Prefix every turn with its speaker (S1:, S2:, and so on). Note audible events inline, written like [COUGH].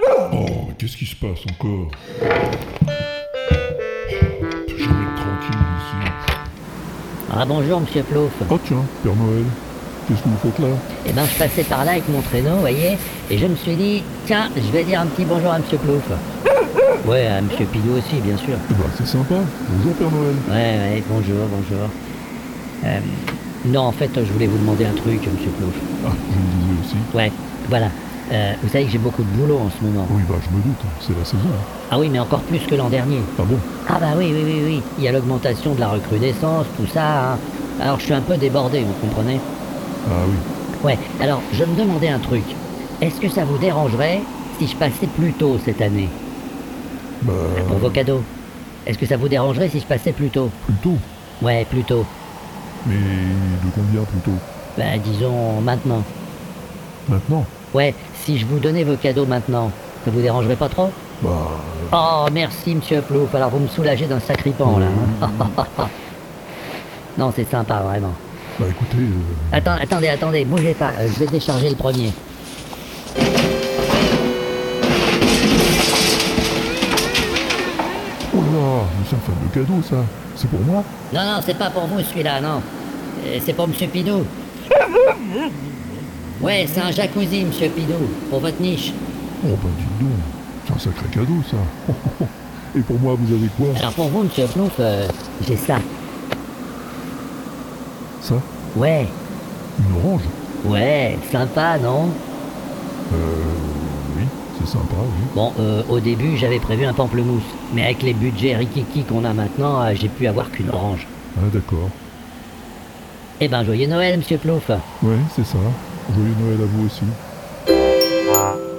S1: Oh, pas son corps. Je vais être tranquille ici.
S2: Ah bonjour monsieur Plouf.
S1: Oh tiens, Père Noël, qu'est-ce que vous faites là
S2: Eh ben je passais par là avec mon traîneau, vous voyez, et je me suis dit, tiens, je vais dire un petit bonjour à monsieur Plouf. Ouais, à monsieur Pillou aussi, bien sûr.
S1: Eh ben c'est sympa. Bonjour Père Noël.
S2: Ouais, ouais, bonjour, bonjour. Euh, non, en fait, je voulais vous demander un truc, monsieur Plouf.
S1: Ah, je me disais aussi.
S2: Ouais, voilà. Euh, vous savez que j'ai beaucoup de boulot en ce moment.
S1: Oui, bah je me doute, c'est la saison. hein.
S2: Ah oui, mais encore plus que l'an dernier.
S1: Ah bon
S2: Ah bah oui, oui, oui, oui. Il y a l'augmentation de la recrudescence, tout ça. hein. Alors je suis un peu débordé, vous comprenez
S1: Ah oui.
S2: Ouais, alors je me demandais un truc. Est-ce que ça vous dérangerait si je passais plus tôt cette année
S1: Bah,
S2: pour vos cadeaux Est-ce que ça vous dérangerait si je passais plus tôt
S1: plutôt.
S2: Ouais, plus tôt.
S1: Mais de combien plutôt
S2: Bah disons maintenant.
S1: Maintenant
S2: Ouais, si je vous donnais vos cadeaux maintenant, ça vous dérangerait pas trop
S1: Bah,
S2: Oh, merci, monsieur Plouf. Alors, vous me soulagez d'un sacré pan, là. hein. [LAUGHS] non, c'est sympa, vraiment.
S1: bah écoutez, euh,
S2: Attends, attendez, attendez, bougez pas. euh, je vais décharger le premier.
S1: oh là là, mais c'est un fameux cadeau ça. C'est pour moi
S2: Non, non, c'est pas pour vous, celui-là, non. Euh, C'est pour monsieur Pidou. Ouais, c'est un jacuzzi, monsieur Pidou, pour votre niche.
S1: Oh bah dites donc, c'est un sacré cadeau ça. [LAUGHS] Et pour moi, vous avez quoi
S2: Alors, pour vous, monsieur Plouf, euh, j'ai ça.
S1: Ça
S2: Ouais,
S1: Une orange
S2: ouais, sympa, non
S1: Euh, oui, c'est sympa, oui.
S2: Bon, euh, au début, j'avais prévu un pamplemousse. Mais avec les budgets rikiki qu'on a maintenant, euh, j'ai pu avoir qu'une orange.
S1: Ah d'accord.
S2: Eh ben, joyeux Noël, monsieur Plouf.
S1: Ouais, c'est ça. Joyeux Noël à vous aussi.